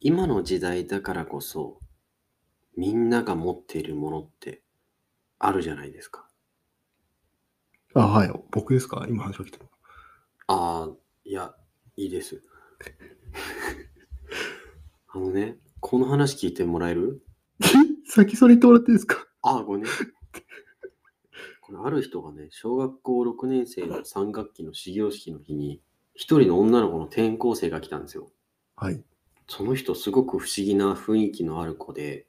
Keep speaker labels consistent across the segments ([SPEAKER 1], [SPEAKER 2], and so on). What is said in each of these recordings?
[SPEAKER 1] 今の時代だからこそ、みんなが持っているものってあるじゃないですか。
[SPEAKER 2] あ、はい。僕ですか今話が来たの。
[SPEAKER 1] ああ、いや、いいです。 あのね、この話聞いてもらえる
[SPEAKER 2] 先それ言ってもらっていいですか
[SPEAKER 1] ああ、ごめん。これある人がね、小学校6年生の3学期の始業式の日に、一人の女の子の転校生が来たんですよ。
[SPEAKER 2] はい。
[SPEAKER 1] その人すごく不思議な雰囲気のある子で、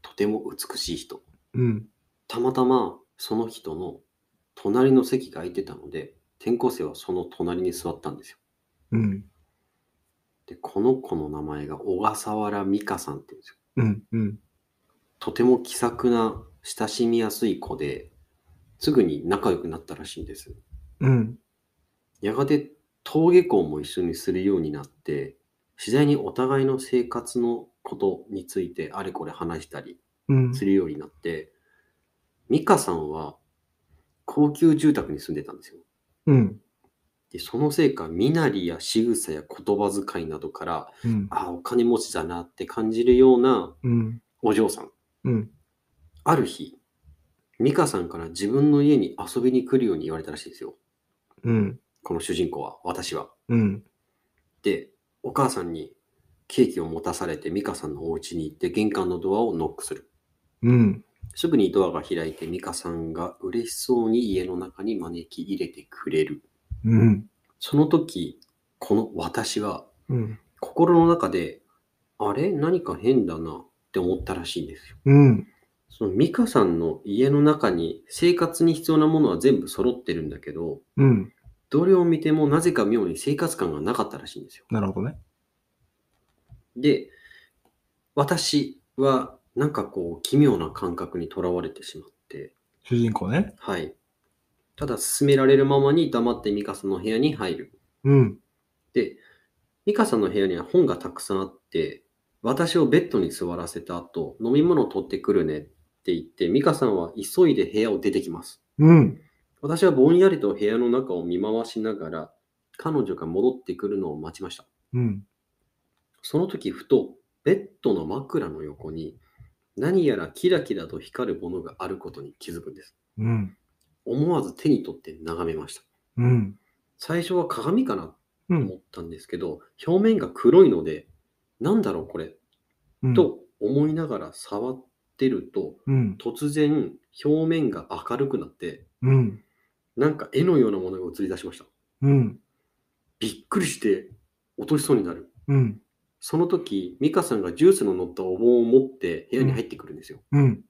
[SPEAKER 1] とても美しい人。
[SPEAKER 2] うん。
[SPEAKER 1] たまたまその人の隣の席が空いてたので、転校生はその隣に座ったんですよ。
[SPEAKER 2] うん。
[SPEAKER 1] で、この子の名前が小笠原美香さんっていうんですよ。
[SPEAKER 2] うん。うん。
[SPEAKER 1] とても気さくな、親しみやすい子で、すぐに仲良くなったらしいんです。
[SPEAKER 2] うん。
[SPEAKER 1] やがて登下校も一緒にするようになって、次第にお互いの生活のことについてあれこれ話したり、
[SPEAKER 2] うん。
[SPEAKER 1] するようになって、美香さんは高級住宅に住んでたんですよ。
[SPEAKER 2] うん。
[SPEAKER 1] で、そのせいか、身なりや仕草や言葉遣いなどから、
[SPEAKER 2] うん。
[SPEAKER 1] ああ、お金持ちだなって感じるような
[SPEAKER 2] うん。
[SPEAKER 1] お嬢さん。
[SPEAKER 2] うん。
[SPEAKER 1] ある日、美香さんから自分の家に遊びに来るように言われたらしいんですよ。
[SPEAKER 2] うん。
[SPEAKER 1] この主人公は、私は。
[SPEAKER 2] うん。
[SPEAKER 1] で、お母さんにケーキを持たされて美香さんのお家に行って玄関のドアをノックする。
[SPEAKER 2] うん。
[SPEAKER 1] すぐにドアが開いて美香さんが嬉しそうに家の中に招き入れてくれる。
[SPEAKER 2] うん。
[SPEAKER 1] その時、この私は
[SPEAKER 2] うん。
[SPEAKER 1] 心の中で、あれ何か変だなって思ったらしいんですよ。
[SPEAKER 2] うん。
[SPEAKER 1] その美香さんの家の中に生活に必要なものは全部揃ってるんだけど、
[SPEAKER 2] うん。
[SPEAKER 1] どれを見てもなぜか妙に生活感がなかったらしいんですよ。
[SPEAKER 2] なるほどね。
[SPEAKER 1] で、私はなんかこう奇妙な感覚にとらわれてしまって、
[SPEAKER 2] 主人公ね。
[SPEAKER 1] はい。ただ、進められるままに黙ってミカさんの部屋に入る。
[SPEAKER 2] うん。
[SPEAKER 1] で、ミカさんの部屋には本がたくさんあって、私をベッドに座らせた後、飲み物を取ってくるねって言って、ミカさんは急いで部屋を出てきます。
[SPEAKER 2] うん。
[SPEAKER 1] 私はぼんやりと部屋の中を見回しながら、彼女が戻ってくるのを待ちました。
[SPEAKER 2] うん。
[SPEAKER 1] その時、ふと、ベッドの枕の横に、何やらキラキラと光るものがあることに気づくんです。
[SPEAKER 2] うん。
[SPEAKER 1] 思わず手に取って眺めました。
[SPEAKER 2] うん。
[SPEAKER 1] 最初は鏡かな
[SPEAKER 2] う
[SPEAKER 1] と思ったんですけど、表面が黒いので、なんだろうこれ、
[SPEAKER 2] ん。
[SPEAKER 1] と思いながら触ってると、
[SPEAKER 2] うん。
[SPEAKER 1] 突然表面が明るくなって、
[SPEAKER 2] うん。
[SPEAKER 1] なんか絵のようなものが映り出しました。
[SPEAKER 2] うん。
[SPEAKER 1] びっくりして落としそうになる。
[SPEAKER 2] うん。
[SPEAKER 1] その時、美香さんがジュースの乗ったお盆を持って部屋に入ってくるんですよ。
[SPEAKER 2] うん。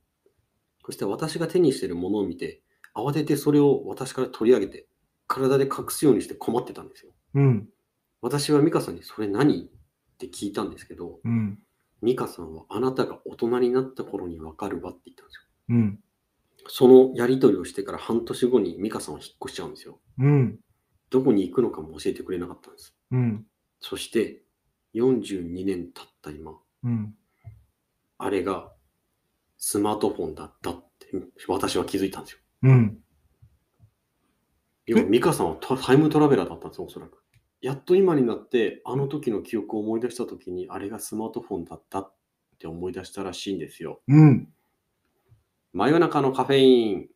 [SPEAKER 1] そして私が手にしてるものを見て、慌ててそれを私から取り上げて、体で隠すようにして困ってたんですよ。
[SPEAKER 2] うん。
[SPEAKER 1] 私は美香さんにそれ何って聞いたんですけど、
[SPEAKER 2] うん。
[SPEAKER 1] ミカさんはあなたが大人になった頃にわかるわって言ったんです
[SPEAKER 2] うん。
[SPEAKER 1] よ。そのやり取りをしてから半年後にミカさんは引っ越しちゃうんですよ。
[SPEAKER 2] うん。
[SPEAKER 1] どこに行くのかも教えてくれなかったんです。
[SPEAKER 2] うん。
[SPEAKER 1] そして42年経った今、
[SPEAKER 2] うん。
[SPEAKER 1] あれがスマートフォンだったって私は気づいたんですよ。
[SPEAKER 2] うん。
[SPEAKER 1] 要はミカさんはトタイムトラベラーだったんですよ、おそらく。やっと今になって、あの時の記憶を思い出した時に、あれがスマートフォンだったって思い出したらしいんですよ。
[SPEAKER 2] うん。
[SPEAKER 1] 真夜中のカフェイン。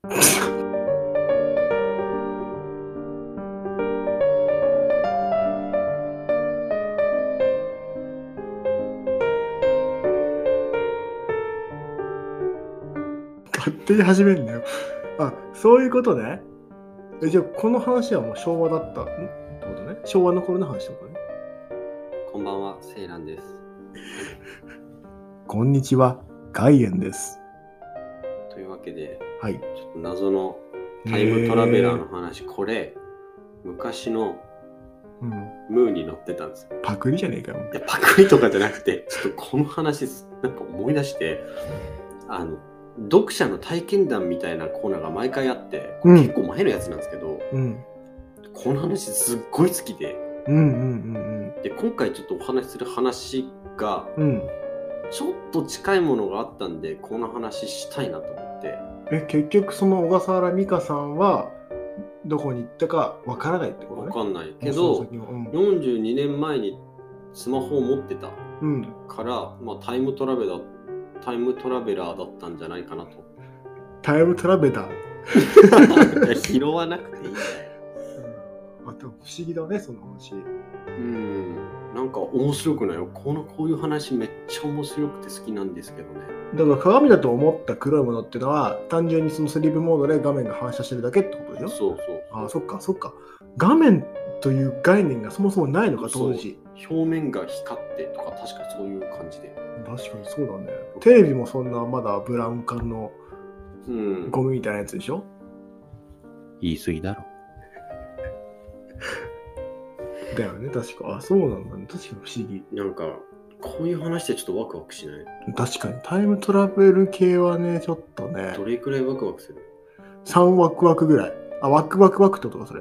[SPEAKER 2] 勝手に始めるんだよ。あ、そういうことね。えじゃあ、この話はもう昭和だった。んってことね。昭和の頃の話ってことね。
[SPEAKER 1] こんばんは、セイランです。
[SPEAKER 2] こんにちは、外縁です。
[SPEAKER 1] というわけで、
[SPEAKER 2] はい。
[SPEAKER 1] ちょっと謎のタイムトラベラーの話、これ、昔の
[SPEAKER 2] えー。うん。
[SPEAKER 1] ムーに乗ってたんですよ。
[SPEAKER 2] パクリじゃねえかよ。
[SPEAKER 1] いや、パクリとかじゃなくて、ちょっとこの話、なんか思い出して、あの、読者の体験談みたいなコーナーが毎回あって、これ
[SPEAKER 2] うん
[SPEAKER 1] 結構前のやつなんですけど、
[SPEAKER 2] うん。
[SPEAKER 1] この話すっごい好きで、
[SPEAKER 2] うんうんうん
[SPEAKER 1] で、今回ちょっとお話しする話が、
[SPEAKER 2] うん。うん。
[SPEAKER 1] ちょっと近いものがあったんで、この話したいなと思って、
[SPEAKER 2] え、結局その小笠原美香さんは、どこに行ったかわからないってこと
[SPEAKER 1] わ
[SPEAKER 2] ね。
[SPEAKER 1] かんないけ
[SPEAKER 2] もうその
[SPEAKER 1] ど、
[SPEAKER 2] 先もうん
[SPEAKER 1] 42年前にスマホを持ってた
[SPEAKER 2] うん。
[SPEAKER 1] から、まあ、タイムトラベラータイムトラベラーだったんじゃないかな と。
[SPEAKER 2] タイムトラベラー。
[SPEAKER 1] いや拾わなくていいんだよ。
[SPEAKER 2] あでも不思議だね、その話。
[SPEAKER 1] うん。なんか面白くないよ。このこういう話めっちゃ面白くて好きなんですけどね。
[SPEAKER 2] だから鏡だと思った黒いものっていうのは、単純にそのスリープモードで画面が反射してるだけってことでし
[SPEAKER 1] そ
[SPEAKER 2] ょ
[SPEAKER 1] うそう
[SPEAKER 2] あそっかそっか。画面という概念がそもそもないのか、
[SPEAKER 1] そう
[SPEAKER 2] 当時。
[SPEAKER 1] 表面が光ってとか確かそういう感じで。
[SPEAKER 2] 確かにそうだね。テレビもそんなまだブラウン管の
[SPEAKER 1] うん。
[SPEAKER 2] ゴミみたいなやつでしょ
[SPEAKER 1] 言い過ぎだろ。
[SPEAKER 2] だよね、確か。あ、そうなんだね。確かに不思議。
[SPEAKER 1] なんか、こういう話でちょっとワクワクしない
[SPEAKER 2] 確かにタイムトラベル系はね、ちょっとね
[SPEAKER 1] ど、れくらいワクワクする
[SPEAKER 2] 3ワクワクぐらい。あ、ワクワクワクってことか、それ。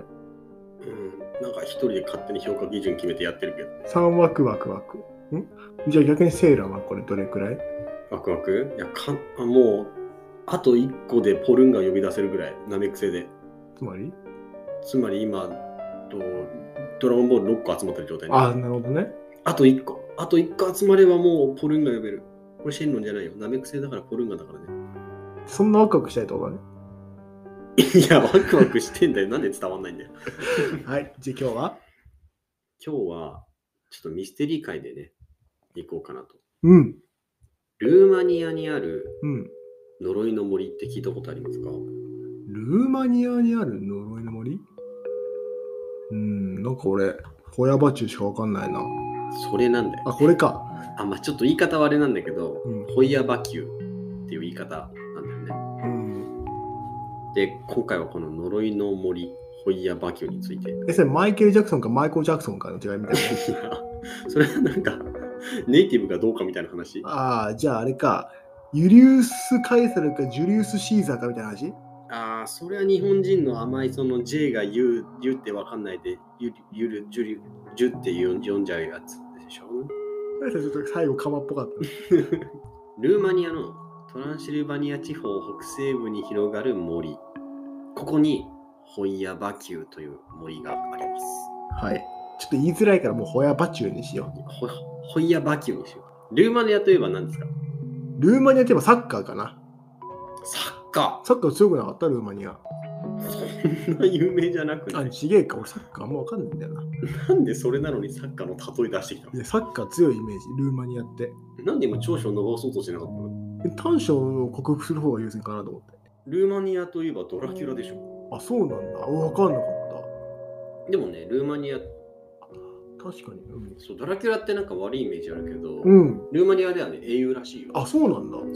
[SPEAKER 1] うん。なんか一人で勝手に評価基準決めてやってるけど。
[SPEAKER 2] 3ワクワクワク。んじゃあ逆にセーラーはこれどれくらい
[SPEAKER 1] ワクワクいやかんあ、もう、あと一個でポルンが呼び出せるぐらい、なめくせで。
[SPEAKER 2] つまり
[SPEAKER 1] つまり今、とドラゴンボール6個集まってる状態ね
[SPEAKER 2] あ、なるほどね。
[SPEAKER 1] あと1個。あと1個集まればもうポルンガ呼べる。これシェンロンじゃないよ。ナメクセだからポルンガだからね。
[SPEAKER 2] そんなワクワクしたいところね。
[SPEAKER 1] いや、ワクワクしてんだよ。なんで伝わんないんだよ。
[SPEAKER 2] はい、じゃあ今日は
[SPEAKER 1] 今日は、ちょっとミステリー界でね、行こうかなと。
[SPEAKER 2] うん、
[SPEAKER 1] ルーマニアにある
[SPEAKER 2] うん。
[SPEAKER 1] 呪いの森って聞いたことありますか
[SPEAKER 2] ルーマニアにある呪いの森うん、なんか俺、ホヤバチューしかわかんないな。
[SPEAKER 1] それなんだよ。
[SPEAKER 2] あ、これか。
[SPEAKER 1] あ、まあちょっと言い方はあれなんだけど、
[SPEAKER 2] うん
[SPEAKER 1] ホイヤバキューっていう言い方なんだよね。
[SPEAKER 2] うん。
[SPEAKER 1] で、今回はこの呪いの森、ホイヤバキューにつ いて。
[SPEAKER 2] え、それマイケル・ジャクソンかマイコル・ジャクソンかの違いみ
[SPEAKER 1] い
[SPEAKER 2] たいな。
[SPEAKER 1] やそれはなんか、ネイティブがどうかみたいな 話。
[SPEAKER 2] ああ、じゃああれか。ユリウス・カイサルかジュリウス・シーザーかみたいな話
[SPEAKER 1] ああ、それは日本人の甘いその J が言う、言うってわかんないで、ゆる、ゆる、じゅり、じゅって読ん読んじゃうやつでしょ。
[SPEAKER 2] なんかちょっと最後、カマっぽかったね。
[SPEAKER 1] ルーマニアのトランシルバニア地方北西部に広がる森。ここにホイヤバキューという森があります。
[SPEAKER 2] はい。ちょっと言いづらいからもうホヤバチューにしよ
[SPEAKER 1] ホホイヤバキューにしよう。ルーマニアといえば何ですか
[SPEAKER 2] う。ルーマニアといえばサッカーかな。
[SPEAKER 1] サッカ
[SPEAKER 2] サッカー強くなかったルーマニア。
[SPEAKER 1] ー。そんな有名じゃなくな
[SPEAKER 2] あ、
[SPEAKER 1] い
[SPEAKER 2] ちげえか。俺サッカーあんまわかんないんだよな。
[SPEAKER 1] なんでそれなのにサッカーの例え出してきた
[SPEAKER 2] い
[SPEAKER 1] の
[SPEAKER 2] や、サッカー強いイメージ、ルーマニアって。
[SPEAKER 1] なんで今長所を伸ばそうとしなかったの
[SPEAKER 2] で短所を克服する方が優先かなと思って。
[SPEAKER 1] ルーマニアといえばドラキュラでしょ。
[SPEAKER 2] あ、そうなんだ。あわかんなか
[SPEAKER 1] でもね、ルーマニア、
[SPEAKER 2] った。確かに。うん。
[SPEAKER 1] そう、ドラキュラってなんか悪いイメージあるけど、
[SPEAKER 2] うん、
[SPEAKER 1] ルーマニアではね、英雄らしいよ。
[SPEAKER 2] あ、そうなんだ。
[SPEAKER 1] そう。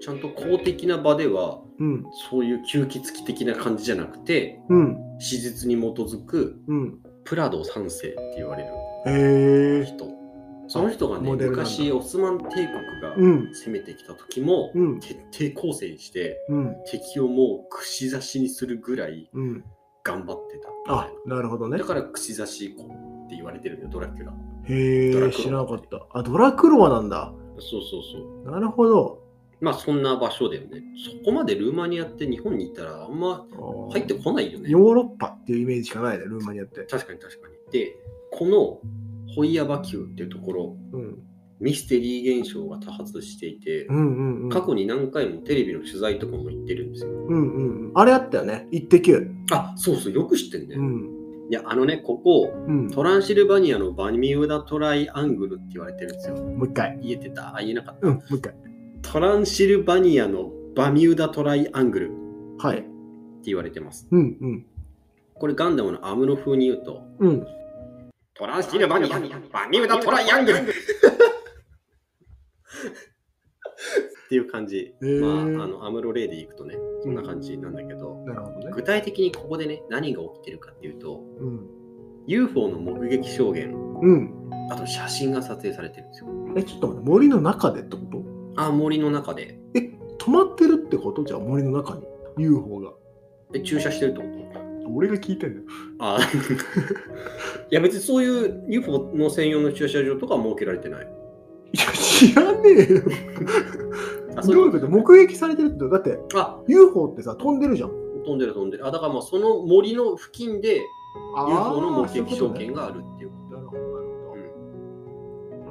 [SPEAKER 1] ちゃんと公的な場では、
[SPEAKER 2] うん、
[SPEAKER 1] そういう吸血鬼的な感じじゃなくて、
[SPEAKER 2] うん、
[SPEAKER 1] 史実に基づく
[SPEAKER 2] うん。
[SPEAKER 1] プラド三世って言われる
[SPEAKER 2] へえ。
[SPEAKER 1] 人。その人がね、
[SPEAKER 2] モデルなんだ
[SPEAKER 1] 昔オスマン帝国が
[SPEAKER 2] うん、
[SPEAKER 1] 攻めてきた時も、
[SPEAKER 2] うん、
[SPEAKER 1] 徹底抗戦して、
[SPEAKER 2] うん、
[SPEAKER 1] 敵をもう串刺しにするぐらい
[SPEAKER 2] うん。
[SPEAKER 1] 頑張ってたみたいな
[SPEAKER 2] あ、なるほどね
[SPEAKER 1] だ。から串刺し子って言われてるのよ、ドラキュラ。
[SPEAKER 2] へ
[SPEAKER 1] ドラ
[SPEAKER 2] え、
[SPEAKER 1] クロワ
[SPEAKER 2] 知らなかった。あ、ドラクロワなんだ。
[SPEAKER 1] そうそうそう。
[SPEAKER 2] なるほど。
[SPEAKER 1] まあそんな場所だよね。そこまでルーマニアって日本にいたらあんま入ってこないよね。
[SPEAKER 2] ヨーロッパっていうイメージしかないね、ルーマニアって。
[SPEAKER 1] 確かに確かに。で、このホイヤバキューっていうところ、
[SPEAKER 2] うん、
[SPEAKER 1] ミステリー現象が多発していて
[SPEAKER 2] う、ん、うん、うん。
[SPEAKER 1] 過去に何回もテレビの取材とかも行ってるんですよ。
[SPEAKER 2] うん、うんうん。あれあったよね。イッテ Q。
[SPEAKER 1] あ、そうそう、よく知ってんね。
[SPEAKER 2] うん、
[SPEAKER 1] いや、あのね、ここ、
[SPEAKER 2] うん。
[SPEAKER 1] トランシルバニアのバミューダトライアングルって言われてるんですよ。
[SPEAKER 2] もう一回。
[SPEAKER 1] 言えてたあ、言えなかった。
[SPEAKER 2] うん、もう一回。
[SPEAKER 1] トランシルバニアのバミューダトライアングルって
[SPEAKER 2] はい。
[SPEAKER 1] 言われてます。
[SPEAKER 2] うん、うん、
[SPEAKER 1] これガンダムのアムロ風に言うと、
[SPEAKER 2] うん。
[SPEAKER 1] トランシルバニア、バミューダトライアングルっていう感じ。
[SPEAKER 2] へー
[SPEAKER 1] まあ、あのアムロ例でいくとね、そんな感じなんだけど、
[SPEAKER 2] なるほどね。
[SPEAKER 1] 具体的にここでね、何が起きてるかっていうと、
[SPEAKER 2] うん。
[SPEAKER 1] UFO の目撃証言、
[SPEAKER 2] うん。
[SPEAKER 1] あと写真が撮影されてるんですよ。
[SPEAKER 2] え、ちょっと待って、森の中でってこと
[SPEAKER 1] あ、森の中で。
[SPEAKER 2] え、止まってるってことじゃあ森の中に UFO が。
[SPEAKER 1] え、駐車してるってこと
[SPEAKER 2] 俺が聞いてんだよ。
[SPEAKER 1] あ いや別にそういう UFO の専用の駐車場とかは設けられてない。
[SPEAKER 2] いや、知らねえよ。
[SPEAKER 1] あ
[SPEAKER 2] ど
[SPEAKER 1] そう
[SPEAKER 2] いうこと目撃されてるってことだって
[SPEAKER 1] あ
[SPEAKER 2] UFO ってさ、飛んでるじゃん。
[SPEAKER 1] 飛んでる飛んでる。あだからまあその森の付近で
[SPEAKER 2] あ
[SPEAKER 1] UFO の目撃証
[SPEAKER 2] そういう
[SPEAKER 1] 言
[SPEAKER 2] こ
[SPEAKER 1] があるっていう。
[SPEAKER 2] とねなるほど、なる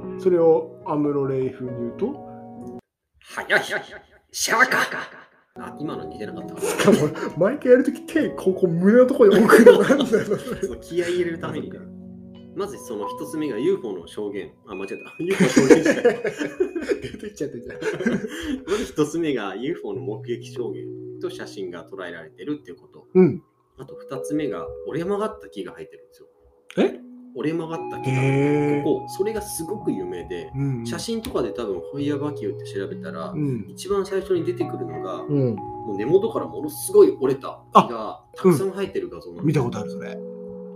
[SPEAKER 2] ほど。それをアムロレイ風に言うと、
[SPEAKER 1] はい、よしよしよし。シャワーか。あ、今の似てなかった。
[SPEAKER 2] しかも毎回やるとき手、ここ胸のところに置くのなんだ よ。
[SPEAKER 1] その気合い入れるためにね。まずその一つ目が UFO の証言。あ、間違えた。UFO の証言したい。
[SPEAKER 2] 出てきちゃってんじゃん。
[SPEAKER 1] まず一つ目が UFO の目撃証言と写真が捉えられてるっていうこと。
[SPEAKER 2] うん。
[SPEAKER 1] あと二つ目が折れ曲がった木が生えてるんですよ。
[SPEAKER 2] え
[SPEAKER 1] 折れ曲がった木が生えてる。
[SPEAKER 2] へー。
[SPEAKER 1] ここ、それがすごく有名で、
[SPEAKER 2] うん
[SPEAKER 1] 写真とかで多分ホイヤーバキューって調べたら、
[SPEAKER 2] うん。
[SPEAKER 1] 一番最初に出てくるのが、
[SPEAKER 2] うん。
[SPEAKER 1] もう根元からものすごい折れた木がたくさん生えてる画像なん
[SPEAKER 2] 見
[SPEAKER 1] です
[SPEAKER 2] た
[SPEAKER 1] よ
[SPEAKER 2] ことある、それ。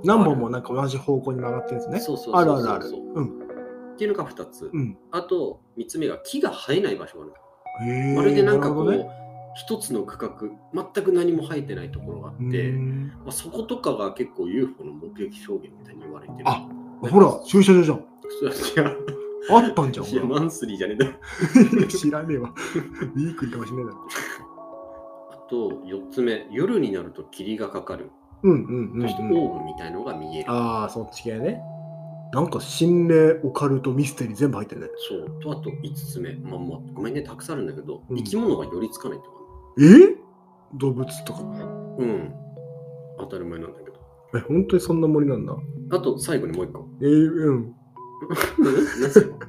[SPEAKER 2] 何本もなんか同じ方向に曲がってるんですね。
[SPEAKER 1] そうそうそう
[SPEAKER 2] ある
[SPEAKER 1] そう
[SPEAKER 2] あるある。
[SPEAKER 1] そう
[SPEAKER 2] うん。
[SPEAKER 1] っていうのが2つ、
[SPEAKER 2] うん。
[SPEAKER 1] あと3つ目が木が生えない場所がある、
[SPEAKER 2] へー
[SPEAKER 1] まるでなんかこ
[SPEAKER 2] るほど
[SPEAKER 1] う
[SPEAKER 2] ね
[SPEAKER 1] 一つの区画全く何も生えてないところがあ
[SPEAKER 2] う
[SPEAKER 1] って、
[SPEAKER 2] ん
[SPEAKER 1] まあ、そことかが結構 UFO の目撃証言みたいに言われてる
[SPEAKER 2] あほら、駐車場じゃん。
[SPEAKER 1] そういや
[SPEAKER 2] あったんじゃん。
[SPEAKER 1] いや
[SPEAKER 2] ほら
[SPEAKER 1] マンスリーじゃねえんだよ
[SPEAKER 2] 知らね えわ。ウィークリーかもしれないだろ。
[SPEAKER 1] あと4つ目夜になると霧がかかる
[SPEAKER 2] うんうんうん、
[SPEAKER 1] そしてオ
[SPEAKER 2] うん。
[SPEAKER 1] ーブみたいのが見える、
[SPEAKER 2] ああ、そっち系ね。なんか心霊、オカルト、ミステリー全部入ってるね。
[SPEAKER 1] そうとあと5つ目まあまあごめんねたくさんあるんだけど、
[SPEAKER 2] うん
[SPEAKER 1] 生き物が寄りつかないとか
[SPEAKER 2] え動物とか。
[SPEAKER 1] うん当たり前なんだけど
[SPEAKER 2] え、本当にそんな森なんだ。
[SPEAKER 1] あと最後にもう一個
[SPEAKER 2] えー、うん。
[SPEAKER 1] 何すか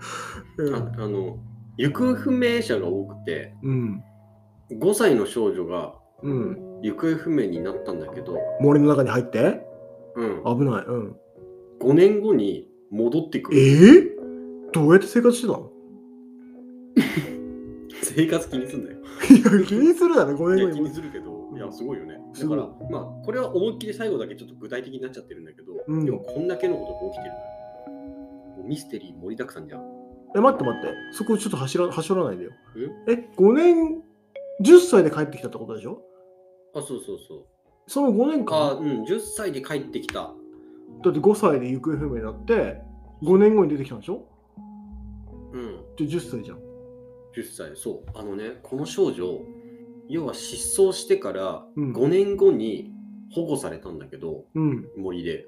[SPEAKER 2] う
[SPEAKER 1] あ
[SPEAKER 2] ん。
[SPEAKER 1] あの行方不明者が多くて
[SPEAKER 2] うん。
[SPEAKER 1] 5歳の少女が
[SPEAKER 2] うん。
[SPEAKER 1] 行方不明になったんだけど、
[SPEAKER 2] 森の中に入って
[SPEAKER 1] うん、
[SPEAKER 2] 危ない。うん。
[SPEAKER 1] 5年後に戻ってく
[SPEAKER 2] え
[SPEAKER 1] る、
[SPEAKER 2] ー、どうやって生活してたの
[SPEAKER 1] 生活気にすんだよ
[SPEAKER 2] いや、気にするだ
[SPEAKER 1] い
[SPEAKER 2] ろ、5年
[SPEAKER 1] や
[SPEAKER 2] 後
[SPEAKER 1] 気に
[SPEAKER 2] に。
[SPEAKER 1] するけど
[SPEAKER 2] うん
[SPEAKER 1] いやすごいよね
[SPEAKER 2] す
[SPEAKER 1] だ
[SPEAKER 2] ご
[SPEAKER 1] か
[SPEAKER 2] い
[SPEAKER 1] らまあこれは思いっきり最後だけちょっと具体的になっちゃってるんだけど、
[SPEAKER 2] うん
[SPEAKER 1] でもこんだけのことが起きてるもうミステリー盛りだくさんじゃん
[SPEAKER 2] え、待って待って。そこちょっと走ら、はしょらないでよ。
[SPEAKER 1] え
[SPEAKER 2] え、5年、10歳で帰ってきたってことでしょ
[SPEAKER 1] あそうそうそう
[SPEAKER 2] その5年
[SPEAKER 1] あ
[SPEAKER 2] 間、
[SPEAKER 1] うん10歳で帰ってきた
[SPEAKER 2] だって5歳で行方不明になって、5年後に出てきたんでしょ
[SPEAKER 1] うん
[SPEAKER 2] じゃあ10歳じゃん。
[SPEAKER 1] 10歳そうあのねこの少女要は失踪してから
[SPEAKER 2] うん
[SPEAKER 1] 5年後に保護されたんだけど、
[SPEAKER 2] うん。
[SPEAKER 1] 森で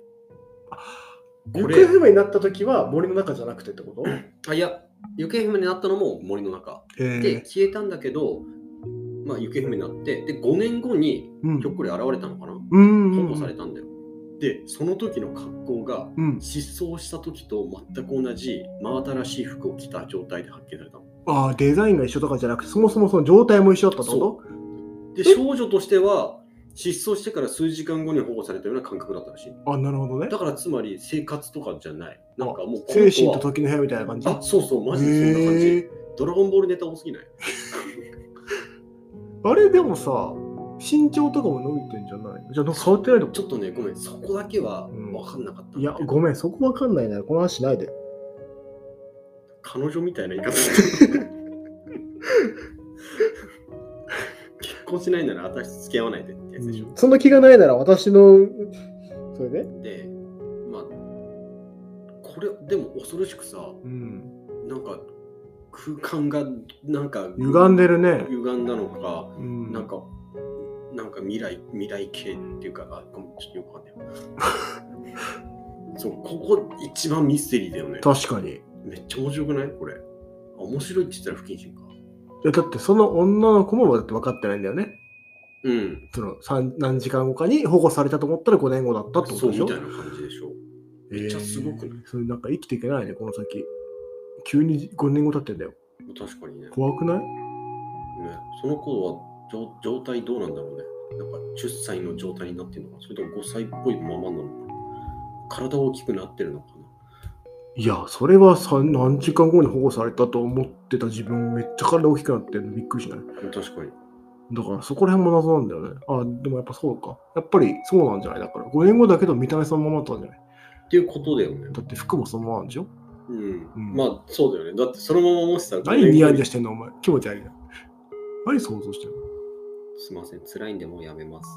[SPEAKER 2] 行
[SPEAKER 1] こ
[SPEAKER 2] 方
[SPEAKER 1] れ
[SPEAKER 2] 不明になった時は森の中じゃなくてってこと
[SPEAKER 1] あいや行方不明になったのも森の中
[SPEAKER 2] へ
[SPEAKER 1] で。消えたんだけど、まあ、行方不明になってで5年後に
[SPEAKER 2] うん
[SPEAKER 1] ひょっこり現れたのかな、
[SPEAKER 2] うんう
[SPEAKER 1] 保
[SPEAKER 2] ん
[SPEAKER 1] 護されたんだよでその時の格好が
[SPEAKER 2] うん。
[SPEAKER 1] 失踪した時と全く同じ真新しい服を着た状態で発見されたの
[SPEAKER 2] ああ、デザインが一緒とかじゃなくて、そもそもその状態も一緒だったってこ
[SPEAKER 1] で少女としては失踪してから数時間後に保護されたような感覚だったらしい
[SPEAKER 2] とあ、なるほどね
[SPEAKER 1] だ。からつまり生活とかじゃないなんかもうこの子
[SPEAKER 2] 精
[SPEAKER 1] は
[SPEAKER 2] 神と時の部屋みたいな感じ。
[SPEAKER 1] あそうそうマジでそんな感
[SPEAKER 2] へ
[SPEAKER 1] じ
[SPEAKER 2] え
[SPEAKER 1] ドラゴンボールネタ多すぎない
[SPEAKER 2] あれ、でもさ、身長とかも伸びてんじゃないじゃあ、なんか変わってないの
[SPEAKER 1] ちょっとねごめんそこだけは
[SPEAKER 2] うん
[SPEAKER 1] 分かんなかった、
[SPEAKER 2] いや、ごめん、そこわかんないな。この話しないで。
[SPEAKER 1] 彼女みたいな言い方してる結婚しないなら私と付き合わないでってやつでしょ、
[SPEAKER 2] そんな気がないなら、私の、それで
[SPEAKER 1] でまあこれでも恐ろしくさ
[SPEAKER 2] うん。
[SPEAKER 1] なんか空間がなんか
[SPEAKER 2] 歪んでるね。
[SPEAKER 1] 歪んだのか
[SPEAKER 2] うん
[SPEAKER 1] なんか、なんか未来、未来系っていうか、あ、ごめん、ちょっとよくわかんない。そう、ここ一番ミステリーだよね。
[SPEAKER 2] 確かに。
[SPEAKER 1] めっちゃ面白くないこれ。あ面白いって言ったら不謹慎か。
[SPEAKER 2] いやだってその女の子もだって分かってないんだよね。
[SPEAKER 1] うん。
[SPEAKER 2] その三何時間後かに保護されたと思ったら5年後だったってこ
[SPEAKER 1] そ
[SPEAKER 2] と
[SPEAKER 1] うみ
[SPEAKER 2] でしょ
[SPEAKER 1] たいな感じでしょ。めっちゃすごくない
[SPEAKER 2] えーそれなんか生きていけないね、この先。急に5年後経ってんだよ。
[SPEAKER 1] 確かにね。ね
[SPEAKER 2] 怖くない
[SPEAKER 1] その子は状状態どうなんだろうね。なんか10歳の状態になってるのか、それとも5歳っぽいままなのか。体大きくなってるのか
[SPEAKER 2] いや、それはさ何時間後に保護されたと思ってた自分めっちゃ体大きくなってんのびっくりしない
[SPEAKER 1] な。確かに。
[SPEAKER 2] だからそこら辺も謎なんだよね。あ、でもやっぱそうか。やっぱりそうなんじゃないだから5年後だけど見た目そのままだったんじゃない
[SPEAKER 1] っていうことだよね。
[SPEAKER 2] だって服もそのままなんでしょ
[SPEAKER 1] うん
[SPEAKER 2] うん
[SPEAKER 1] まあそうだよね。だってそのままもしさ、
[SPEAKER 2] 何ニヤニヤ
[SPEAKER 1] し
[SPEAKER 2] してんのお前。気持ち悪いな。何想像してんの
[SPEAKER 1] すみません、辛いんでもうやめ ます。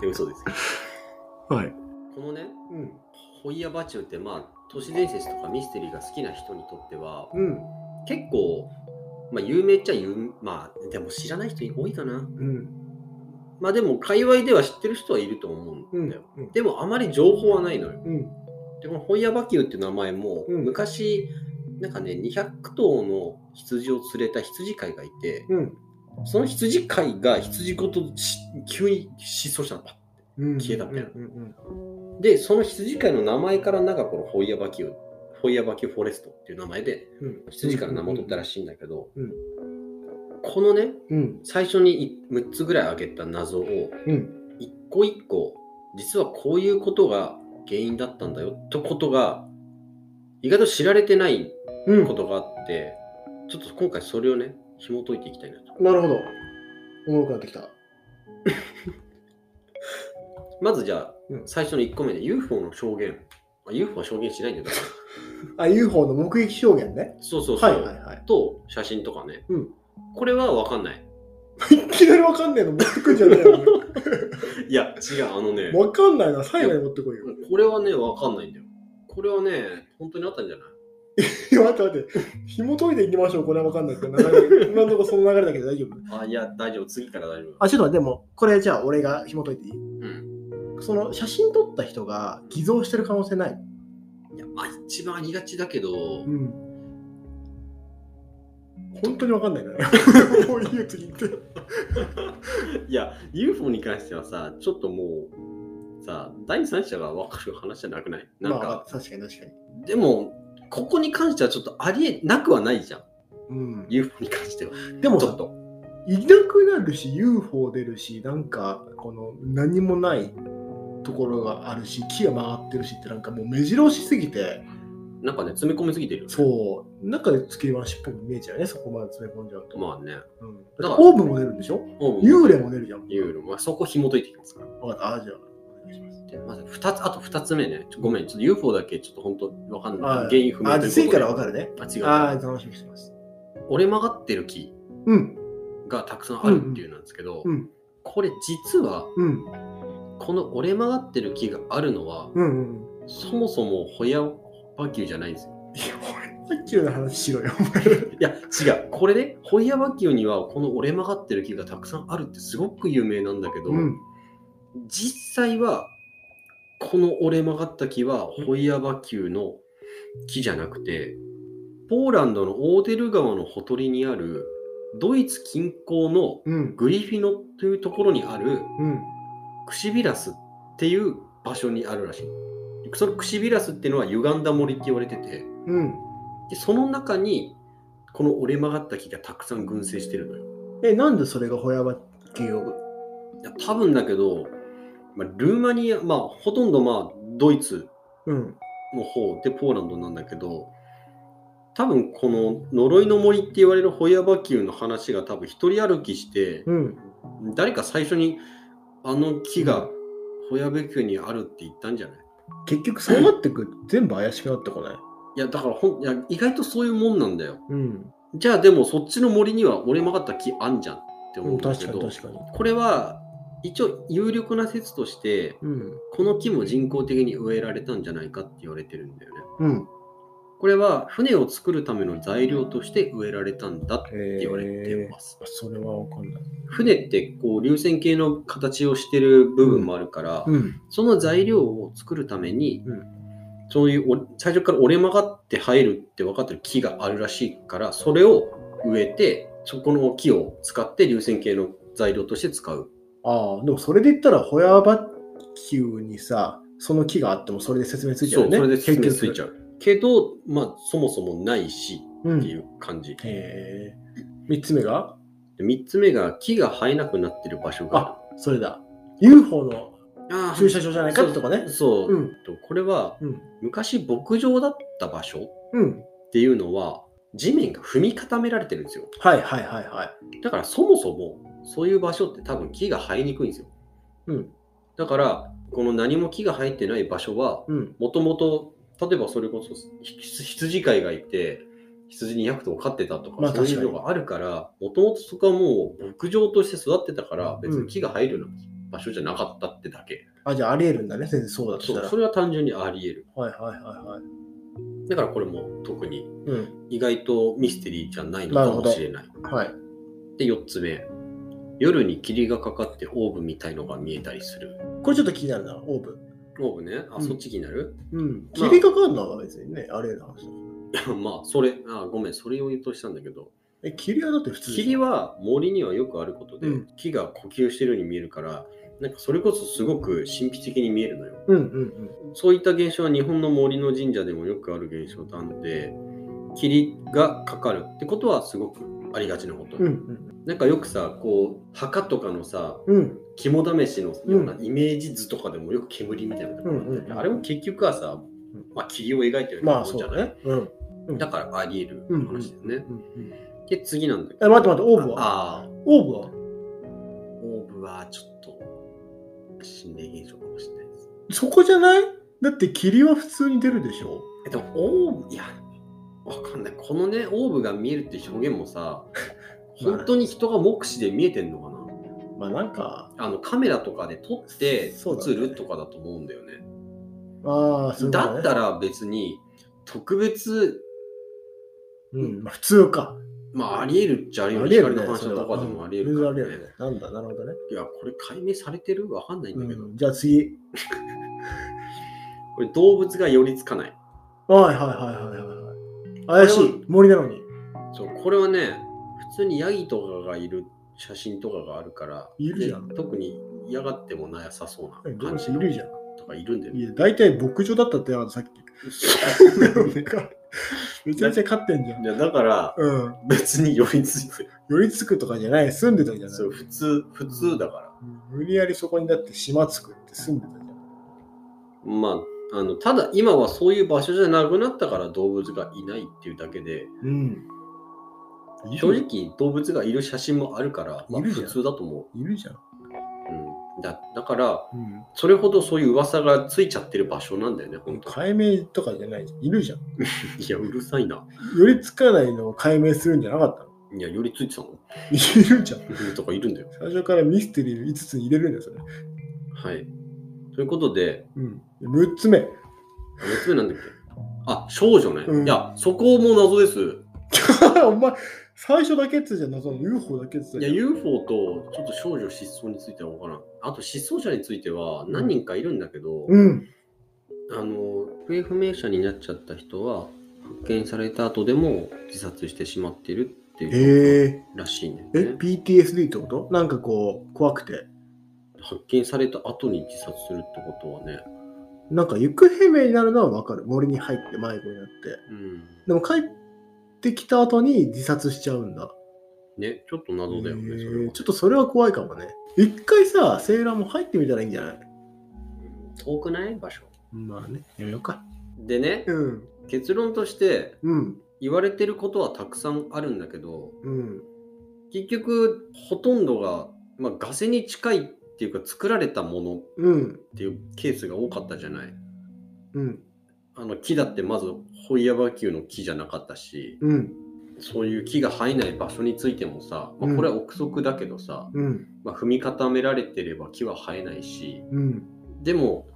[SPEAKER 1] いや嘘ですよ。
[SPEAKER 2] はい。
[SPEAKER 1] このね、
[SPEAKER 2] うん。
[SPEAKER 1] ホイヤバチューってまあ都市伝説とかミステリーが好きな人にとっては
[SPEAKER 2] うん。
[SPEAKER 1] 結構、まあ、有名っちゃ有名、まあでも知らない人多いかな。
[SPEAKER 2] うん。
[SPEAKER 1] まあでも界隈では知ってる人はいると思うんだよ。でもあまり情報はないのよ。
[SPEAKER 2] うん。
[SPEAKER 1] でこのホイヤバキューっていう名前も、
[SPEAKER 2] うん
[SPEAKER 1] 昔なんかね200頭の羊を連れた羊飼いがいて
[SPEAKER 2] うん。
[SPEAKER 1] その羊飼いが羊ごとし急に失踪したのパッ
[SPEAKER 2] うん。
[SPEAKER 1] 消えたみたいな
[SPEAKER 2] うんうん
[SPEAKER 1] でその羊飼いの名前からなんかこのホイヤバキューホイヤバキューフォレストっていう名前で
[SPEAKER 2] うん。
[SPEAKER 1] 羊から名前を取ったらしいんだけど、
[SPEAKER 2] うんうん
[SPEAKER 1] このね
[SPEAKER 2] うん。
[SPEAKER 1] 最初に6つぐらい挙げた謎を
[SPEAKER 2] うん。
[SPEAKER 1] 一個一個実はこういうことが原因だったんだよってことが意外と知られてない
[SPEAKER 2] うん。
[SPEAKER 1] ことがあって、ちょっと今回それをね紐解いていきたいなと
[SPEAKER 2] なるほど。おもろくなってきた。
[SPEAKER 1] まずじゃあ、
[SPEAKER 2] うん
[SPEAKER 1] 最初の1個目で UFO の証言あ UFO は証言しないんだけど
[SPEAKER 2] あ、UFO の目撃証言ね。
[SPEAKER 1] そうそうそう、
[SPEAKER 2] はいはいはい。
[SPEAKER 1] と写真とかね、
[SPEAKER 2] うん
[SPEAKER 1] これは分かんない
[SPEAKER 2] いきなりわかんねえの持ってくんじゃねえよ。
[SPEAKER 1] いや違うあのね
[SPEAKER 2] わかんないな、最後に持ってこいよ。
[SPEAKER 1] これはね分かんないんだよこれはね本当にあったんじゃない
[SPEAKER 2] いや、待って待って。紐解いていきましょう、これはわかんないですけど、流れ今のところその流れだけで大丈夫。
[SPEAKER 1] あいや大丈夫次から大丈夫
[SPEAKER 2] あ、ちょっと待って、でも、これじゃあ俺が紐解いていい
[SPEAKER 1] うん
[SPEAKER 2] その写真撮った人が偽造してる可能性ない。
[SPEAKER 1] いやまあ一番ありがちだけど、
[SPEAKER 2] ん。本当にわか んないな。もういいよ、次行って。
[SPEAKER 1] いや UFO に関してはさちょっともうさ第三者が分かる話じゃなくないなんか、
[SPEAKER 2] まあ、確かに確かに。
[SPEAKER 1] でもここに関してはちょっとありえなくはないじゃん
[SPEAKER 2] うん。
[SPEAKER 1] UFO に関しては
[SPEAKER 2] でも
[SPEAKER 1] ち
[SPEAKER 2] さ
[SPEAKER 1] ょっと
[SPEAKER 2] いなくなるし UFO 出るしなんかこの何もないところがあるし木が回ってるしってなんかもう目白押しすぎて
[SPEAKER 1] なんかね詰め込みすぎてるよね
[SPEAKER 2] そう中で作り話っぽく見えちゃうよねそこまで詰め込んじゃうと、
[SPEAKER 1] まあね
[SPEAKER 2] うん、
[SPEAKER 1] だから
[SPEAKER 2] オーブンも出るんでしょ
[SPEAKER 1] うん
[SPEAKER 2] 幽霊も出るじゃん
[SPEAKER 1] 幽霊まあそこ紐解いていきますから
[SPEAKER 2] 分かったあじゃあお願いします
[SPEAKER 1] でまず2つあと2つ目ねちょごめんちょっと UFO だけちょっと本当分かんない
[SPEAKER 2] あ
[SPEAKER 1] 原因不明
[SPEAKER 2] あ
[SPEAKER 1] ということで
[SPEAKER 2] 次から分かるね
[SPEAKER 1] あ違う
[SPEAKER 2] ああ楽しみにしてます
[SPEAKER 1] 折れ曲がってる木
[SPEAKER 2] うん
[SPEAKER 1] がたくさんあるっていうなんですけど、
[SPEAKER 2] うん
[SPEAKER 1] これ実は
[SPEAKER 2] うん
[SPEAKER 1] この折れ曲がってる木があるのは、
[SPEAKER 2] うんうん
[SPEAKER 1] そもそもホヤバキューじゃないんですよ。
[SPEAKER 2] いや俺さっきの話しろよ
[SPEAKER 1] いや違うこれねホヤバキューにはこの折れ曲がってる木がたくさんあるってすごく有名なんだけど、
[SPEAKER 2] うん
[SPEAKER 1] 実際はこの折れ曲がった木はホイヤバキューの木じゃなくてポーランドのオーデル川のほとりにあるドイツ近郊の
[SPEAKER 2] うん
[SPEAKER 1] グリフィノというところにある
[SPEAKER 2] うん
[SPEAKER 1] クシビラスっていう場所にあるらしい。そのクシビラスっていうのは歪んだ森って言われてて
[SPEAKER 2] うん
[SPEAKER 1] でその中にこの折れ曲がった木がたくさん群生してるのよ。
[SPEAKER 2] えなんでそれがホヤバキュー
[SPEAKER 1] いや多分だけど、まあ、ルーマニアまあほとんどまあドイツ
[SPEAKER 2] うん
[SPEAKER 1] の方でポーランドなんだけど多分この呪いの森って言われるホイヤバキューの話が多分一人歩きして
[SPEAKER 2] うん
[SPEAKER 1] 誰か最初にあの木がホイヤバキューにあるって言ったんじゃない
[SPEAKER 2] 結局そうなってくる全部怪しくなってこない
[SPEAKER 1] いやだからほんいや意外とそういうもんなんだよ
[SPEAKER 2] うん、
[SPEAKER 1] じゃあでもそっちの森には折れ曲がった木あんじゃんって思うんだけ
[SPEAKER 2] 確か
[SPEAKER 1] ど
[SPEAKER 2] に確かに
[SPEAKER 1] これは一応有力な説として
[SPEAKER 2] うん
[SPEAKER 1] この木も人工的に植えられたんじゃないかって言われてるんだよね
[SPEAKER 2] うん
[SPEAKER 1] これは船を作るための材料として植えられたんだって
[SPEAKER 2] え
[SPEAKER 1] 言われてます。
[SPEAKER 2] それはわかんない
[SPEAKER 1] 船ってこう流線形の形をしてる部分もあるから、
[SPEAKER 2] うん
[SPEAKER 1] その材料を作るために、
[SPEAKER 2] うん
[SPEAKER 1] そういうお最初から折れ曲がって生えるって分かってる木があるらしいからそれを植えてそこの木を使って流線形の材料として使う。
[SPEAKER 2] ああでもそれで言ったらホヤバキューにさその木があってもそれで説明ついちゃ
[SPEAKER 1] そ
[SPEAKER 2] うよ
[SPEAKER 1] う
[SPEAKER 2] ね
[SPEAKER 1] それで説明ついちゃ
[SPEAKER 2] う、
[SPEAKER 1] う。けど、まあ、そもそもないし
[SPEAKER 2] うん、
[SPEAKER 1] ってい
[SPEAKER 2] へ
[SPEAKER 1] う感じ。
[SPEAKER 2] え3つ目が
[SPEAKER 1] で3つ目が木が生えなくなってる場所が
[SPEAKER 2] あそれだ UFO の
[SPEAKER 1] あー
[SPEAKER 2] 駐車場じゃないかってとこね
[SPEAKER 1] そう、
[SPEAKER 2] うん
[SPEAKER 1] とこれは
[SPEAKER 2] うん
[SPEAKER 1] 昔牧場だった場所
[SPEAKER 2] うん
[SPEAKER 1] っていうのは地面が踏み固められてるんですよ
[SPEAKER 2] はいはいはいはい
[SPEAKER 1] だからそもそもそういう場所って多分木が生えにくいんですよ
[SPEAKER 2] うん
[SPEAKER 1] だからこの何も木が生えてない場所は
[SPEAKER 2] うん
[SPEAKER 1] もともと例えばそれこそひ羊飼いがいて羊200頭飼ってたとか、
[SPEAKER 2] まあ
[SPEAKER 1] そういうのがあるからもともとそこはもう牧場として育ってたから別に木が生えるような場所じゃなかったってだけ、
[SPEAKER 2] あじゃあありえるんだね先生そうだとし
[SPEAKER 1] そ
[SPEAKER 2] た
[SPEAKER 1] う
[SPEAKER 2] ら
[SPEAKER 1] それは単純にあり得る
[SPEAKER 2] はいはいはいはい
[SPEAKER 1] だからこれも特に
[SPEAKER 2] うん
[SPEAKER 1] 意外とミステリーじゃないのかもしれない。
[SPEAKER 2] はい
[SPEAKER 1] で、4つ目。夜に霧がかかってオーブみたいのが見えたりする。
[SPEAKER 2] これちょっと気になるなオーブン
[SPEAKER 1] もうね、あ、
[SPEAKER 2] うん
[SPEAKER 1] そっち気になる
[SPEAKER 2] うん。
[SPEAKER 1] まあ
[SPEAKER 2] 霧かかんのは別にね、あれの話 だ。
[SPEAKER 1] まあ、それ、あ、ごめん、それを言おうとしたんだけど、
[SPEAKER 2] え、霧はだって普通
[SPEAKER 1] 霧は森にはよくあることで、
[SPEAKER 2] うん
[SPEAKER 1] 木が呼吸してるように見えるから、なんかそれこそすごく神秘的に見えるのよ。
[SPEAKER 2] うんうん
[SPEAKER 1] そういった現象は日本の森の神社でもよくある現象なので、霧がかかるってことはすごくありがちなこと。
[SPEAKER 2] うん。うん
[SPEAKER 1] なんかよくさ、こう、墓とかのさ、
[SPEAKER 2] うん。うん。
[SPEAKER 1] 肝試しのようなイメージ図とかでもよく煙みたいなところあったよね
[SPEAKER 2] うんうんうん
[SPEAKER 1] あれも結局はさ、まあ、霧を描いてるような
[SPEAKER 2] ま
[SPEAKER 1] も
[SPEAKER 2] あ
[SPEAKER 1] んじ
[SPEAKER 2] そ
[SPEAKER 1] ゃな
[SPEAKER 2] う
[SPEAKER 1] い、
[SPEAKER 2] だね。うん。うん
[SPEAKER 1] だからあり得る話だよね、
[SPEAKER 2] うんうん
[SPEAKER 1] で、次なんだけど。
[SPEAKER 2] え、待って待って、オーブは
[SPEAKER 1] ああ、
[SPEAKER 2] オーブは
[SPEAKER 1] オーブはちょっと心霊現象かもしれないです。
[SPEAKER 2] そこじゃないだって霧は普通に出るでしょ
[SPEAKER 1] えでも、オーブ、いや、わかんない。このね、オーブが見えるって表現も さ、本当に人が目視で見えてんのかな
[SPEAKER 2] まあなんか、
[SPEAKER 1] あのカメラとかで撮って
[SPEAKER 2] そうだ
[SPEAKER 1] 映
[SPEAKER 2] ね
[SPEAKER 1] るとかだと思うんだよね。
[SPEAKER 2] ああ、そういうこと
[SPEAKER 1] だ
[SPEAKER 2] ね
[SPEAKER 1] ったら別に特別
[SPEAKER 2] うん、まあ普通か。
[SPEAKER 1] まあありえるっちゃありえる
[SPEAKER 2] 得
[SPEAKER 1] 光の反射とかでもありえる
[SPEAKER 2] そ
[SPEAKER 1] から
[SPEAKER 2] れはうんあり
[SPEAKER 1] ね
[SPEAKER 2] えるね。なんだ、なるほどね。
[SPEAKER 1] いやこれ解明されてるわかんないんだけど、
[SPEAKER 2] うんじゃあ次。
[SPEAKER 1] これ動物が寄りつかない
[SPEAKER 2] はいはいはいはいはいはい。怪しい。森なのに。
[SPEAKER 1] そうこれはね普通にヤギとかがいる写真とかがあるから
[SPEAKER 2] いるじゃん
[SPEAKER 1] で特に嫌がってもなさそう
[SPEAKER 2] え
[SPEAKER 1] な
[SPEAKER 2] ど
[SPEAKER 1] 感
[SPEAKER 2] うし
[SPEAKER 1] じ
[SPEAKER 2] い
[SPEAKER 1] の
[SPEAKER 2] るじゃん。
[SPEAKER 1] とかいるんだよ
[SPEAKER 2] い
[SPEAKER 1] ね
[SPEAKER 2] や、大体牧場だったってや さっき。めちゃめちゃ飼ってんじゃん。
[SPEAKER 1] いやだから
[SPEAKER 2] うん。
[SPEAKER 1] 別に寄りついてる
[SPEAKER 2] 寄りつくとかじゃない。住んでたじゃない
[SPEAKER 1] そう。普通普通だから
[SPEAKER 2] 無理やりそこにだって島作って住んでたじゃん。
[SPEAKER 1] まああのただ今はそういう場所じゃなくなったから動物がいないっていうだけで
[SPEAKER 2] うん。
[SPEAKER 1] 正直動物がいる写真もあるから、まあ、
[SPEAKER 2] いるじゃ
[SPEAKER 1] 普
[SPEAKER 2] ん
[SPEAKER 1] 通だと思う、
[SPEAKER 2] いるじゃん。
[SPEAKER 1] うん、だだから
[SPEAKER 2] うん。
[SPEAKER 1] それほどそういう噂がついちゃってる場所なんだよね本当
[SPEAKER 2] 解明とかじゃないじゃん。いるじゃん。
[SPEAKER 1] いやうるさいな
[SPEAKER 2] 寄りつかないのを解明するんじゃなかったの
[SPEAKER 1] いや寄りついてたの
[SPEAKER 2] いるじゃん。
[SPEAKER 1] とかいるんだよ
[SPEAKER 2] 最初からミステリー5つに入れるんだよ、それ。
[SPEAKER 1] はいということで
[SPEAKER 2] うん。6つ目。
[SPEAKER 1] 6つ目なんだっけあ少女ね、
[SPEAKER 2] うん
[SPEAKER 1] いやそこも謎です
[SPEAKER 2] お前、最初だけっつうじゃん。その UFO だけっつう
[SPEAKER 1] い
[SPEAKER 2] じ
[SPEAKER 1] や
[SPEAKER 2] ゃん。
[SPEAKER 1] UFO とちょっと少女失踪については分からんあと失踪者については何人かいるんだけど、
[SPEAKER 2] うん。
[SPEAKER 1] あの行方不明者になっちゃった人は発見された後でも自殺してしまっているっていう
[SPEAKER 2] え
[SPEAKER 1] ことらしいんだよ
[SPEAKER 2] ー、え、
[SPEAKER 1] ね、
[SPEAKER 2] PTSD ってことなんかこう、怖くて。
[SPEAKER 1] 発見された後に自殺するってことはね、
[SPEAKER 2] なんか行方不明になるのはわかる。森に入って迷子になって。
[SPEAKER 1] うん、
[SPEAKER 2] でも帰ってきた後に自殺しちゃうんだ。
[SPEAKER 1] ねちょっと謎だよね、そ
[SPEAKER 2] え
[SPEAKER 1] れ
[SPEAKER 2] ー
[SPEAKER 1] は
[SPEAKER 2] ちょっとそれは怖いかもね。一回さ、セーラーも入ってみたらいいんじゃない
[SPEAKER 1] 遠くない場所
[SPEAKER 2] まあね、やめようか。
[SPEAKER 1] でね
[SPEAKER 2] うん。
[SPEAKER 1] 結論として
[SPEAKER 2] うん。
[SPEAKER 1] 言われてることはたくさんあるんだけど
[SPEAKER 2] うん。
[SPEAKER 1] 結局ほとんどが、まあ、ガセに近いっていうか作られたものっ
[SPEAKER 2] うん。
[SPEAKER 1] ていうケースが多かったじゃない
[SPEAKER 2] うん。
[SPEAKER 1] あの木だってまずホイヤバキューの木じゃなかったし
[SPEAKER 2] うん。
[SPEAKER 1] そういう木が生えない場所についてもさ、まあ、これは憶測だけどさ、
[SPEAKER 2] うん。
[SPEAKER 1] まあ、踏み固められてれば木は生えないし
[SPEAKER 2] うん。
[SPEAKER 1] でも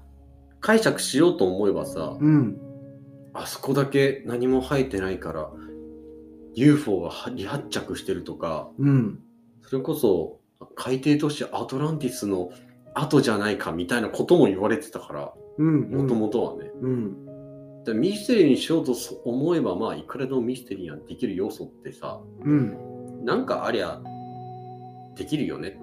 [SPEAKER 1] 解釈しようと思えばさ、
[SPEAKER 2] うん。
[SPEAKER 1] あそこだけ何も生えてないから UFO が離発着してるとか
[SPEAKER 2] うん。
[SPEAKER 1] それこそ海底都市アトランティスの後じゃないかみたいなことも言われてたから
[SPEAKER 2] うん。
[SPEAKER 1] もともとはね、
[SPEAKER 2] うん。
[SPEAKER 1] でミステリーにしようと思えばまあいくらでもミステリーができる要素ってさ
[SPEAKER 2] うん。
[SPEAKER 1] なんかありゃできるよね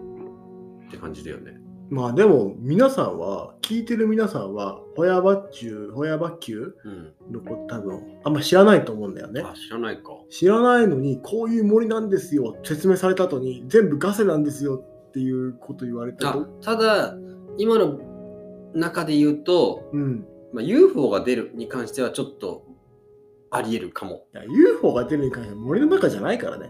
[SPEAKER 1] って感じだよね。
[SPEAKER 2] まあでも、皆さんは、聞いてる皆さんは、ホヤバッチュー、ホヤバッキュ
[SPEAKER 1] うん、
[SPEAKER 2] ーのこと多分、あんま知らないと思うんだよね。
[SPEAKER 1] あ知らないか。
[SPEAKER 2] 知らないのに、こういう森なんですよ。説明された後に、全部ガセなんですよっていうこと言われた
[SPEAKER 1] あ
[SPEAKER 2] と。
[SPEAKER 1] ただ今の中で言うと、
[SPEAKER 2] うん。
[SPEAKER 1] まあ、UFO が出るに関してはちょっとありえるか も
[SPEAKER 2] いや UFO が出るに関しては森の中じゃないからね。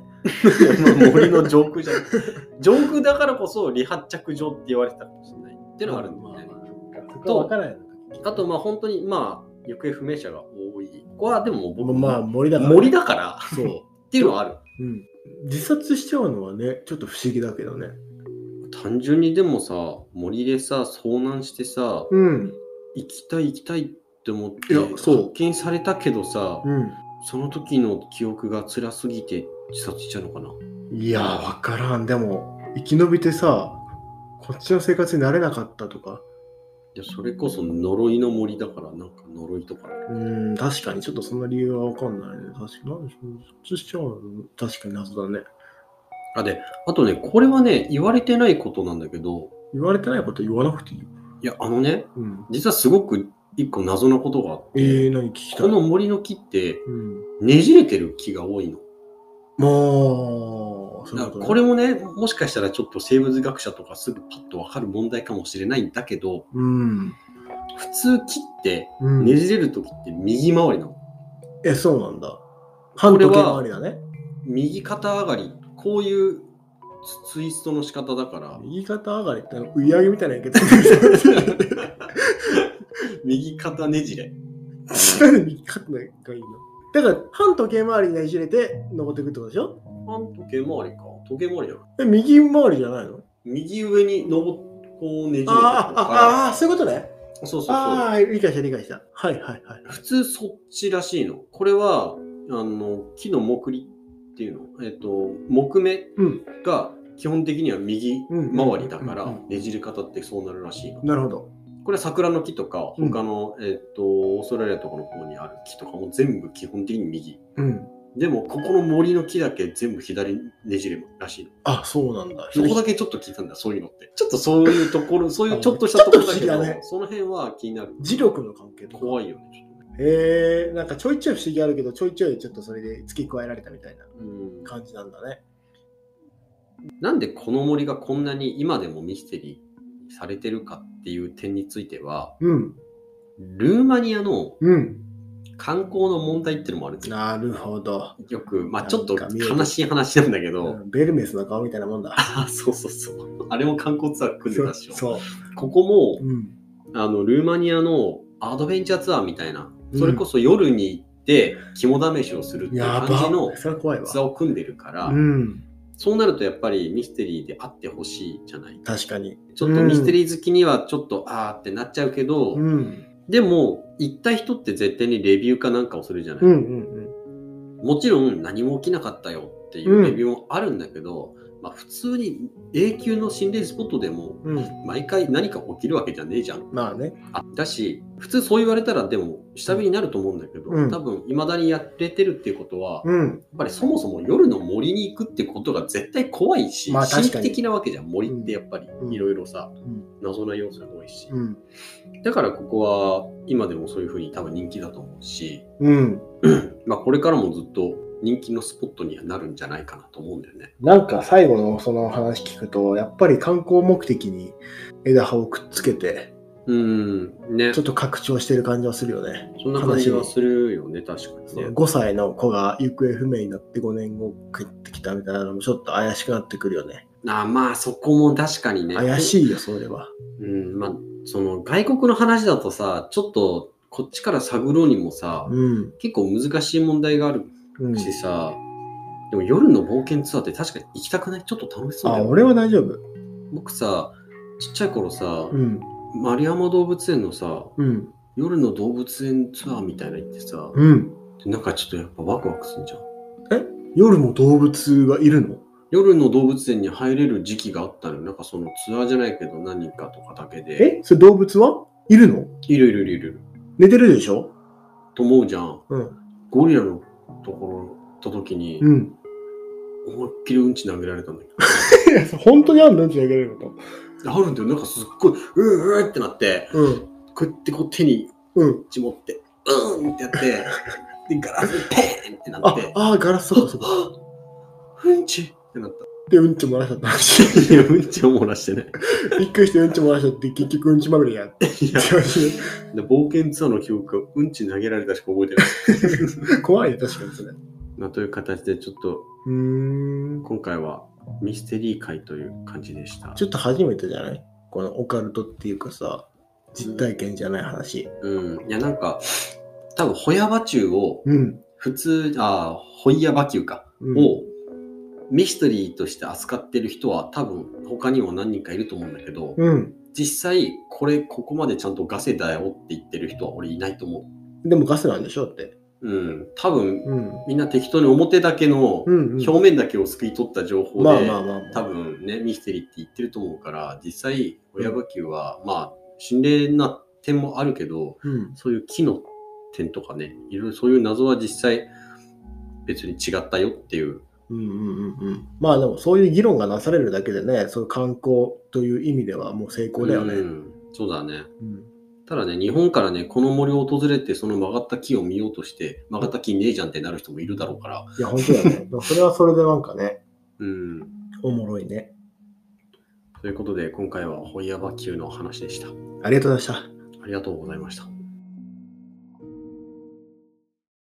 [SPEAKER 1] 森の上空じゃない 上空だからこそ離発着場って言われてたかもしれないっていうのはあるんだよね
[SPEAKER 2] まあそこは分からないのか。
[SPEAKER 1] あとまあ本当にまあ行方不明者が多いここはでも僕
[SPEAKER 2] まあ森だから、
[SPEAKER 1] 森だから
[SPEAKER 2] そ う
[SPEAKER 1] っていうのはある
[SPEAKER 2] うん、自殺しちゃうのはねちょっと不思議だけどね
[SPEAKER 1] 単純にでもさ森でさ遭難してさ
[SPEAKER 2] うん
[SPEAKER 1] 行きたい行きたいって思って
[SPEAKER 2] いやそう
[SPEAKER 1] 発見されたけどさ、
[SPEAKER 2] う
[SPEAKER 1] その時の記憶が辛すぎて自殺しちゃうのかな。
[SPEAKER 2] んいやー分からんでも生き延びてさこっちの生活に慣れなかったとか
[SPEAKER 1] いやそれこそ呪いの森だから、なんか呪いとか。
[SPEAKER 2] うん、確かに、ちょっとその理由はわかんないね。確かに、なんでしょう。そっちしちゃうの確かに謎だね。
[SPEAKER 1] あ、で、あとね、これはね、言われてないことなんだけど、
[SPEAKER 2] 言われてないこと言わなくていいよ。
[SPEAKER 1] いや、あのね、
[SPEAKER 2] うん。
[SPEAKER 1] 実はすごく一個謎なことがあって、
[SPEAKER 2] えー、何聞きたい
[SPEAKER 1] この森の木って、
[SPEAKER 2] うん。
[SPEAKER 1] ねじれてる木が多いの。
[SPEAKER 2] まあ、そういう
[SPEAKER 1] だから
[SPEAKER 2] ことね
[SPEAKER 1] これもね、もしかしたらちょっと生物学者とかすぐパッとわかる問題かもしれないんだけど、
[SPEAKER 2] うん。
[SPEAKER 1] 普通木って
[SPEAKER 2] うん、
[SPEAKER 1] ねじれるときって右回りなの。
[SPEAKER 2] え、そうなんだ。反時計回りだね。
[SPEAKER 1] 右肩上がり、こういうツツイストの仕方だ から、
[SPEAKER 2] 右肩上がりって、売り上げみたいなやけど。
[SPEAKER 1] 右肩ねじれ。
[SPEAKER 2] なんで右肩がいいのだから、反時計回りにねじれて登っていくってことでしょ
[SPEAKER 1] 半時計回りか。時計回りだろ。
[SPEAKER 2] え、右回りじゃないの
[SPEAKER 1] 右上に登っこうねじれてる
[SPEAKER 2] あ
[SPEAKER 1] か
[SPEAKER 2] あ、ああ、そういうことね。
[SPEAKER 1] ら。そうそうそう
[SPEAKER 2] あ。あ、理解した理解した。はいはいはい。
[SPEAKER 1] 普通そっちらしいの。これは、あの、木の木りっていうの。えっ、と、木目
[SPEAKER 2] うん
[SPEAKER 1] が基本的には右
[SPEAKER 2] うん
[SPEAKER 1] 回りだから、
[SPEAKER 2] うんうん
[SPEAKER 1] ねじり方ってそうなるらしいの。
[SPEAKER 2] なるほど。
[SPEAKER 1] これは桜の木とか、
[SPEAKER 2] うん
[SPEAKER 1] 他の、えっ、と、オーストラリアとかの方にある木とかも全部基本的に右。
[SPEAKER 2] うん。
[SPEAKER 1] でも、ここの森の木だけ全部左ねじれらしいの。
[SPEAKER 2] あ、そうなんだ。
[SPEAKER 1] そこだ
[SPEAKER 2] け。
[SPEAKER 1] けちょっと聞いたんだ、そういうのって。ちょっとそういうところ、そういうちょっとした
[SPEAKER 2] ちょ
[SPEAKER 1] とこと
[SPEAKER 2] っ
[SPEAKER 1] ろだけ
[SPEAKER 2] 不
[SPEAKER 1] ど、
[SPEAKER 2] 思議だね
[SPEAKER 1] その辺は気になる。
[SPEAKER 2] 磁力の関係とか。
[SPEAKER 1] 怖いよね、ちょっとね。
[SPEAKER 2] へえ、なんかちょいちょい不思議あるけど、ちょいちょいちょっとそれで付け加えられたみたいな
[SPEAKER 1] うん
[SPEAKER 2] 感じなんだね。
[SPEAKER 1] なんでこの森がこんなに今でもミステリーされてるかっていう点については、
[SPEAKER 2] うん。
[SPEAKER 1] ルーマニアの
[SPEAKER 2] うん。
[SPEAKER 1] 観光の問題っていうのもあるんですよ。
[SPEAKER 2] なるほど。
[SPEAKER 1] よく、まあ
[SPEAKER 2] なんか
[SPEAKER 1] ちょっと
[SPEAKER 2] 見える
[SPEAKER 1] 悲しい話なんだけど、
[SPEAKER 2] うんベルメスの顔みたいなもんだ。
[SPEAKER 1] あそうそうそう。あれも観光ツアー組んでたっしょ。
[SPEAKER 2] そう。
[SPEAKER 1] ここも、
[SPEAKER 2] うん。
[SPEAKER 1] あの、ルーマニアのアドベンチャーツアーみたいな、それこそ夜に行って肝試しをするっていう
[SPEAKER 2] や
[SPEAKER 1] 感じの
[SPEAKER 2] ば。それ怖いわ
[SPEAKER 1] ツア。ーを組んでるから、
[SPEAKER 2] うん。
[SPEAKER 1] そうなるとやっぱりミステリーであってほしいじゃない
[SPEAKER 2] 確かに。
[SPEAKER 1] ちょっとミステリー好きにはちょっとあーってなっちゃうけど、
[SPEAKER 2] うん。
[SPEAKER 1] でも行った人って絶対にレビューかなんかをするじゃない、
[SPEAKER 2] うんうん
[SPEAKER 1] もちろん何も起きなかったよっていうレビューもあるんだけど、まあ、普通に永久の心霊スポットでも
[SPEAKER 2] うん。うん。
[SPEAKER 1] 毎回何か起きるわけじゃねえじゃん。
[SPEAKER 2] まあね。
[SPEAKER 1] あだし普通そう言われたらでも下火になると思うんだけど、
[SPEAKER 2] うん
[SPEAKER 1] 多分いまだにやれてるっていうことは、やっ
[SPEAKER 2] うん。
[SPEAKER 1] ぱりそもそも夜の森に行くってことが絶対怖いし、
[SPEAKER 2] まあ確か
[SPEAKER 1] 神秘
[SPEAKER 2] に
[SPEAKER 1] 的なわけじゃん森ってやっぱり
[SPEAKER 2] うん
[SPEAKER 1] いろいろさ、
[SPEAKER 2] ん
[SPEAKER 1] 謎な要素が多いし、
[SPEAKER 2] うん。
[SPEAKER 1] だからここは今でもそういうふうに多分人気だと思うし、
[SPEAKER 2] うん。
[SPEAKER 1] まあ、これからもずっと人気のスポットにはなるんじゃないかなと思うんだよね。
[SPEAKER 2] なんか最後のその話聞くと、やっぱり観光目的に枝葉をくっつけて、
[SPEAKER 1] うん、ね
[SPEAKER 2] ちょっ、と拡張してる感じはするよね。
[SPEAKER 1] そんな感じはするよね、確かにね。
[SPEAKER 2] 5歳の子が行方不明になって5年後帰ってきたみたいなのもちょっと怪しくなってくるよね。
[SPEAKER 1] あまあ、そこも確かにね。
[SPEAKER 2] 怪
[SPEAKER 1] い。
[SPEAKER 2] しいよ、それは。
[SPEAKER 1] うん、まあ、その外国の話だとさ、ちょっとこっちから探ろうにもさ、
[SPEAKER 2] うん。
[SPEAKER 1] 結構難しい問題がある
[SPEAKER 2] うん、
[SPEAKER 1] しさ、でも夜の冒険ツアーって確かに行きたくないちょっと楽しそうだ
[SPEAKER 2] あ、
[SPEAKER 1] よ、
[SPEAKER 2] 俺は大丈夫。
[SPEAKER 1] 僕さ、ちっちゃい頃さ、
[SPEAKER 2] うん。
[SPEAKER 1] 丸山動物園のさ、
[SPEAKER 2] うん。
[SPEAKER 1] 夜の動物園ツアーみたいなの行ってさ、
[SPEAKER 2] うん。
[SPEAKER 1] なんかちょっとやっぱワクワクすんじゃん。
[SPEAKER 2] 夜も動物がいるの
[SPEAKER 1] 夜の動物園に入れる時期があったのよ。なんかそのツアーじゃないけど何人かとかだけで。
[SPEAKER 2] えそれ動物はいるの
[SPEAKER 1] いるいるいるいる。
[SPEAKER 2] 寝てるでしょ
[SPEAKER 1] と思うじゃん。
[SPEAKER 2] うん。
[SPEAKER 1] ゴリラのところ行った時に、
[SPEAKER 2] うん。
[SPEAKER 1] 思いっきりうんち投げられたんだけ
[SPEAKER 2] いや本当にあんのうんち投げること。
[SPEAKER 1] ど。あるんだよ。なんかすっごい、うーうーってなって、
[SPEAKER 2] うん。
[SPEAKER 1] こうやってこう手に
[SPEAKER 2] うん。
[SPEAKER 1] うんち持って、うーんってやって、で、ガラスにペーンってなっ
[SPEAKER 2] あ
[SPEAKER 1] て、、
[SPEAKER 2] あー、ガラスとかそこ。
[SPEAKER 1] うんちってなった。
[SPEAKER 2] で、うんち漏らしちゃった
[SPEAKER 1] い
[SPEAKER 2] 話。
[SPEAKER 1] や、うんちを漏らしてね。
[SPEAKER 2] びっくりしてうんち漏らしちゃって、結局うんちまみれやって。
[SPEAKER 1] いや、で冒険ツアーの記憶がうんち投げられたしか覚えてない。
[SPEAKER 2] 怖いね、確かにそれ。う
[SPEAKER 1] まあという形でちょっと
[SPEAKER 2] ーん。
[SPEAKER 1] 今回はミステリー会という感じでした。
[SPEAKER 2] ちょっと初めてじゃないこのオカルトっていうかさ、実体験じゃない話。
[SPEAKER 1] うん。いや、なんか、多分、ホヤバチュウを、
[SPEAKER 2] うん。
[SPEAKER 1] 普通、ああ、ホイヤバキュウか、
[SPEAKER 2] うん、
[SPEAKER 1] をミステリーとして扱ってる人は多分、他にも何人かいると思うんだけど、
[SPEAKER 2] うん。
[SPEAKER 1] 実際、これ、ここまでちゃんとガセだよって言ってる人は俺いないと思
[SPEAKER 2] でもガスなんでしょって。
[SPEAKER 1] う。うん。多分、
[SPEAKER 2] うん。
[SPEAKER 1] みんな適当に表だけの
[SPEAKER 2] う、ん、うん。
[SPEAKER 1] 表面だけをすくい取った情報で、
[SPEAKER 2] まあまあまあまあ。
[SPEAKER 1] 多分ね、ミステリーって言ってると思うから、実際、親バキューは、まあ、心霊な点もあるけど、
[SPEAKER 2] うん。
[SPEAKER 1] そういう木の点とかね、いろいろそういう謎は実際別に違ったよっていう。
[SPEAKER 2] うんうんうんうん。まあでもそういう議論がなされるだけでね、そういう観光という意味ではもう成功だよね。
[SPEAKER 1] うんそうだね。
[SPEAKER 2] うん
[SPEAKER 1] ただね、日本からね、この森を訪れて、その曲がった木を見ようとして、曲がった木ねえじゃんってなる人もいるだろうから、
[SPEAKER 2] いや、本当だよね。まあそれはそれでなんかね、
[SPEAKER 1] うん、
[SPEAKER 2] おもろいね。
[SPEAKER 1] ということで、今回はホイヤバ級の話でした。
[SPEAKER 2] ありがとうございました。
[SPEAKER 1] ありがとうございました。